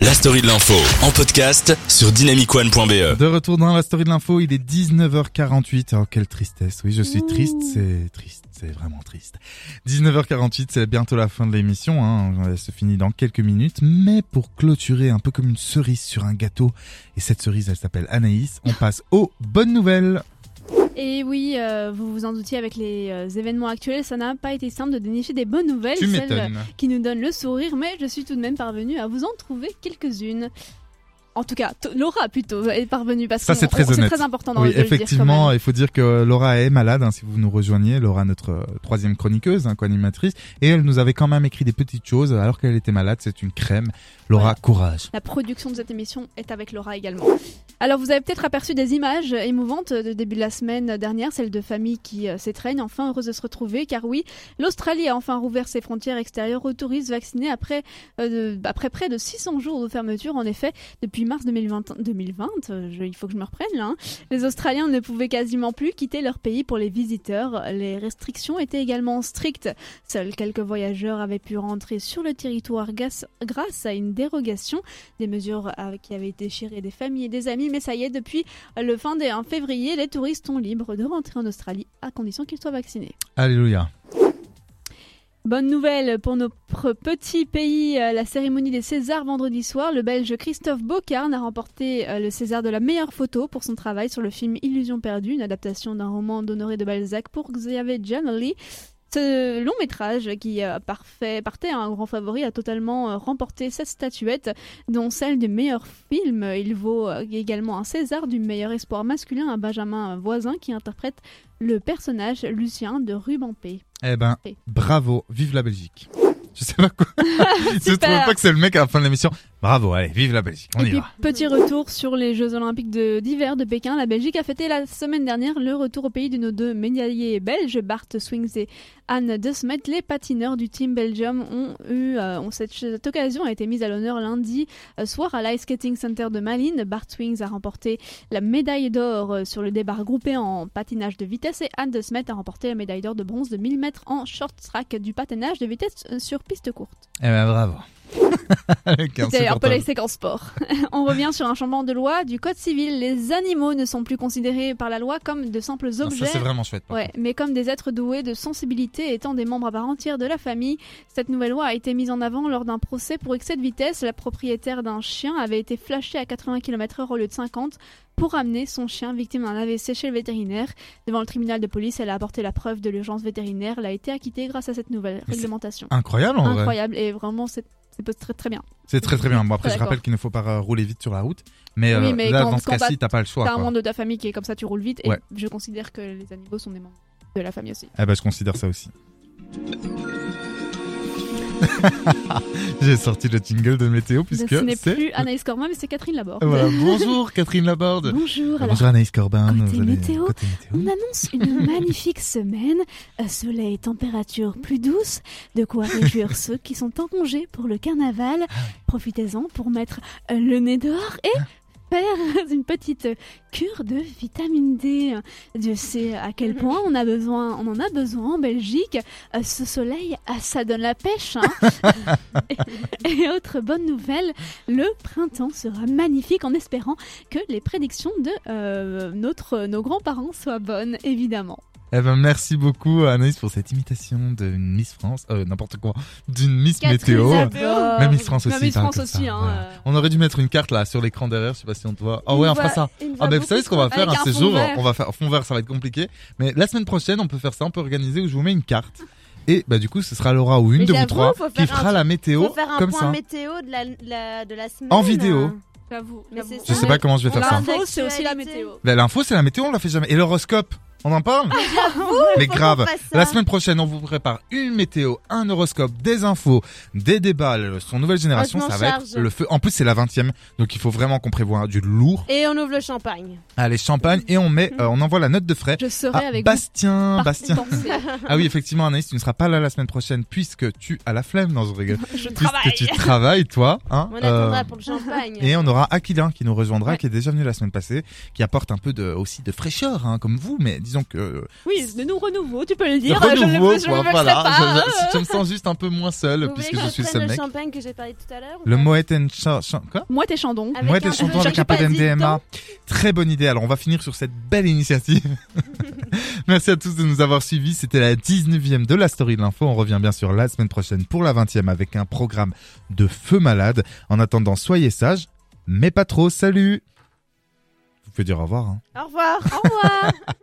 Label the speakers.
Speaker 1: La story de l'info en podcast sur dynamicone.be.
Speaker 2: De retour dans la story de l'info, il est 19h48. Oh, quelle tristesse. Oui, je suis triste, c'est triste, c'est vraiment triste. 19h48, c'est bientôt la fin de l'émission. Hein. Elle se finit dans quelques minutes. Mais pour clôturer, un peu comme une cerise sur un gâteau, et cette cerise, elle s'appelle Anaïs, on passe aux bonnes nouvelles.
Speaker 3: Et oui, euh, vous vous en doutiez avec les euh, événements actuels, ça n'a pas été simple de dénicher des bonnes nouvelles,
Speaker 2: Tu
Speaker 3: celles
Speaker 2: m'étonnes.
Speaker 3: qui nous donnent le sourire, mais je suis tout de même parvenue à vous en trouver quelques-unes. En tout cas, t- Laura plutôt est parvenue parce
Speaker 2: Ça,
Speaker 3: qu'on-
Speaker 2: c'est très
Speaker 3: on- c'est
Speaker 2: honnête.
Speaker 3: très important dans
Speaker 2: Oui,
Speaker 3: de le dire quand
Speaker 2: effectivement,
Speaker 3: même.
Speaker 2: il faut dire que Laura est malade, hein, si vous nous rejoignez, Laura, notre euh, troisième chroniqueuse, hein, co-animatrice, et elle nous avait quand même écrit des petites choses alors qu'elle était malade, c'est une crème. Laura,
Speaker 3: Voilà.
Speaker 2: courage.
Speaker 3: La production de cette émission est avec Laura également. Alors vous avez peut-être aperçu des images émouvantes de début de la semaine dernière, celles de familles qui euh, s'étreignent, enfin heureuses de se retrouver, car oui, l'Australie a enfin rouvert ses frontières extérieures aux touristes vaccinés après, euh, de- après près de 600 jours de fermeture. En effet, depuis mars 2020, 2020 euh, je- il faut que je me reprenne là, hein, les Australiens ne pouvaient quasiment plus quitter leur pays pour les visiteurs. Les restrictions étaient également strictes. Seuls quelques voyageurs avaient pu rentrer sur le territoire gas- grâce à une dérogation des mesures euh, qui avaient déchiré des familles et des amis, mais ça y est, depuis le fin des 1 février, les touristes sont libres de rentrer en Australie à condition qu'ils soient vaccinés.
Speaker 2: Alléluia.
Speaker 3: Bonne nouvelle pour notre petit pays, euh, la cérémonie des Césars vendredi soir. Le Belge Christophe Bocarn a remporté euh, le César de la meilleure photo pour son travail sur le film Illusion perdue, une adaptation d'un roman d'Honoré de Balzac pour Xavier Janoli. Ce long métrage qui euh, parfait, partait à un grand favori a totalement euh, remporté 16 statuettes, dont celle du meilleur film. Il vaut euh, également un César du meilleur espoir masculin à Benjamin euh, Voisin qui interprète le personnage Lucien de Rubempé.
Speaker 2: Eh ben,
Speaker 3: Oui.
Speaker 2: bravo, vive la Belgique. Je sais pas quoi. Je trouve
Speaker 3: Super.
Speaker 2: pas que c'est le mec à la fin de l'émission. Bravo, allez, vive la Belgique. On
Speaker 3: Et
Speaker 2: y
Speaker 3: puis,
Speaker 2: va.
Speaker 3: petit retour sur les Jeux Olympiques de- d'hiver de Pékin. La Belgique a fêté la semaine dernière le retour au pays de nos deux médaillés belges, Bart Swings et Anne De Smet. Les patineurs du Team Belgium ont eu. euh, ont- cette, cette occasion a été mise à l'honneur lundi euh, soir à l'Ice Skating Center de Malines. Bart Swings a remporté la médaille d'or euh, sur le départ groupé en patinage de vitesse et Anne De Smet a remporté la médaille d'or de bronze de 1000 mètres en short track du patinage de vitesse euh, sur piste courte.
Speaker 2: Eh ben, bravo. Avec un
Speaker 3: C'était un peu
Speaker 2: supportable.
Speaker 3: les séquences sport. On revient sur un changement de loi du code civil. Les animaux ne sont plus considérés par la loi comme de simples
Speaker 2: Non,
Speaker 3: objets.
Speaker 2: ça, c'est vraiment chouette. par
Speaker 3: Ouais, mais comme des êtres doués de sensibilité étant des membres à part entière de la famille, cette nouvelle loi a été mise en avant lors d'un procès pour excès de vitesse. La propriétaire d'un chien avait été flashée à 80 km/h au lieu de 50 pour amener son chien victime d'un AVC chez le vétérinaire. Devant le tribunal de police, elle a apporté la preuve de l'urgence vétérinaire. Elle a été acquittée grâce à cette nouvelle
Speaker 2: Mais c'est
Speaker 3: réglementation.
Speaker 2: contre. Incroyable, en vrai.
Speaker 3: Incroyable et vraiment c'est c'est très très bien.
Speaker 2: C'est très très bien. Bon, après,
Speaker 3: Ouais,
Speaker 2: je rappelle
Speaker 3: d'accord.
Speaker 2: qu'il ne faut pas euh, rouler vite sur la route. Mais,
Speaker 3: Oui,
Speaker 2: euh,
Speaker 3: mais
Speaker 2: là,
Speaker 3: quand-
Speaker 2: dans ce
Speaker 3: quand
Speaker 2: cas-ci, t'as pas le choix.
Speaker 3: T'as un
Speaker 2: quoi.
Speaker 3: membre de ta famille qui est comme ça, tu roules vite. Et
Speaker 2: Ouais.
Speaker 3: je considère que les animaux sont des membres de la famille aussi.
Speaker 2: Eh ben, je considère ça aussi. J'ai sorti le jingle de météo puisque
Speaker 3: Ce n'est
Speaker 2: c'est-
Speaker 3: plus Anaïs Corma, mais c'est Catherine Laborde.
Speaker 2: Voilà. Bonjour Catherine Laborde.
Speaker 3: Bonjour. Alors,
Speaker 2: Bonjour Anaïs Corbin.
Speaker 3: côté
Speaker 2: vous allez-
Speaker 3: météo,
Speaker 2: côté météo.
Speaker 3: on annonce une magnifique semaine. Euh, soleil, température plus douce. De quoi réjouir ceux qui sont en congé pour le carnaval. Profitez-en pour mettre euh, le nez dehors et faire une petite cure de vitamine D. Dieu sait à quel point on a besoin, on en a besoin en Belgique. Euh, ce soleil, ah, ça donne la pêche. hein. et, et autre bonne nouvelle, le printemps sera magnifique en espérant que les prédictions de euh, notre, nos grands-parents soient bonnes, évidemment.
Speaker 2: Eh ben, merci beaucoup Anaïs pour cette imitation d'une Miss France, euh, n'importe quoi, d'une Miss Météo.
Speaker 3: Laborde.
Speaker 2: La Miss France aussi.
Speaker 3: La Miss
Speaker 2: parle
Speaker 3: France
Speaker 2: comme ça,
Speaker 3: aussi, hein,
Speaker 2: voilà.
Speaker 3: euh.
Speaker 2: On aurait dû mettre une carte là sur l'écran derrière, je sais pas si on te voit. Ah ouais, on fera ça. Ah ben vous savez ce qu'on va faire
Speaker 3: Avec
Speaker 2: hein,
Speaker 3: un
Speaker 2: ces
Speaker 3: fond
Speaker 2: jours,
Speaker 3: vert.
Speaker 2: on va faire fond vert, ça va être compliqué. Mais la semaine prochaine, on peut faire ça, on peut organiser où je vous mets une carte. Et bah du coup, ce sera Laura ou une
Speaker 4: Mais
Speaker 2: de vous
Speaker 4: j'avoue,
Speaker 2: trois
Speaker 4: faut
Speaker 2: qui
Speaker 4: faire un
Speaker 2: fera la météo
Speaker 4: Faut faire un
Speaker 2: comme
Speaker 4: point
Speaker 2: ça.
Speaker 4: météo de la, de la- de la semaine.
Speaker 2: En vidéo.
Speaker 3: J'avoue,
Speaker 4: Mais
Speaker 3: j'avoue.
Speaker 2: Je
Speaker 4: c'est
Speaker 2: sais pas comment je vais faire ça.
Speaker 4: Voilà.
Speaker 3: L'info, c'est aussi la
Speaker 4: D'actualité.
Speaker 3: météo.
Speaker 2: Bah, L'info, c'est la météo, on la fait jamais. Et l'horoscope, on en parle Mais
Speaker 4: Faut
Speaker 2: grave.
Speaker 4: qu'on fasse ça.
Speaker 2: La semaine prochaine, on vous prépare une météo, un horoscope, des infos, des débats le- sur nouvelle génération.
Speaker 4: Moi, Ah, je
Speaker 2: ça
Speaker 4: m'en
Speaker 2: va être
Speaker 4: charge.
Speaker 2: le feu. En plus, c'est la 20 e donc il faut vraiment qu'on prévoie du lourd.
Speaker 4: Et on ouvre le champagne.
Speaker 2: Allez, champagne et on met, euh, on envoie la note de frais.
Speaker 3: Je serai
Speaker 2: à
Speaker 3: avec vous.
Speaker 2: Ah, Bastien,
Speaker 3: par
Speaker 2: Bastien.
Speaker 3: pensée.
Speaker 2: Ah oui, effectivement, Anaïs, tu ne seras pas là la semaine prochaine puisque tu as la flemme dans ce rigole.
Speaker 3: Je
Speaker 2: Puisque tu travailles, toi. Hein,
Speaker 4: On
Speaker 2: euh,
Speaker 4: attendra pour le champagne.
Speaker 2: Et on aura Aquilin qui nous rejoindra,
Speaker 3: Ouais.
Speaker 2: qui est déjà venu la semaine passée, qui apporte un peu de, aussi de fraîcheur, hein, comme vous, mais disons que
Speaker 3: Oui, de nous renouveau, tu peux le dire. je ne
Speaker 2: renouveau,
Speaker 3: le, je
Speaker 2: quoi,
Speaker 3: ne le ferai
Speaker 2: voilà,
Speaker 3: pas, hein.
Speaker 2: je, je- je me sens juste un peu moins seul
Speaker 4: Vous voulez
Speaker 2: puisque
Speaker 4: que
Speaker 2: je suis le
Speaker 4: prenne
Speaker 2: seul
Speaker 4: le
Speaker 2: mec.
Speaker 4: champagne que j'ai parlé tout à l'heure ou
Speaker 2: Le
Speaker 4: pas
Speaker 2: Moet and Cha- Cha- quoi
Speaker 3: Moi, t'es chandon.
Speaker 4: Avec
Speaker 2: Moi, t'es
Speaker 4: un-
Speaker 2: chantant
Speaker 4: un
Speaker 2: avec un peu
Speaker 4: chapasito.
Speaker 2: d'MDMA. Très bonne idée. Alors, on va finir sur cette belle initiative. Merci à tous de nous avoir suivis. C'était la 19e de la story de l'info. On revient bien sûr la semaine prochaine pour la 20e avec un programme de feu malade. En attendant, soyez sages, mais pas trop. Salut! Vous pouvez dire au revoir, hein.
Speaker 4: Au revoir. Au revoir.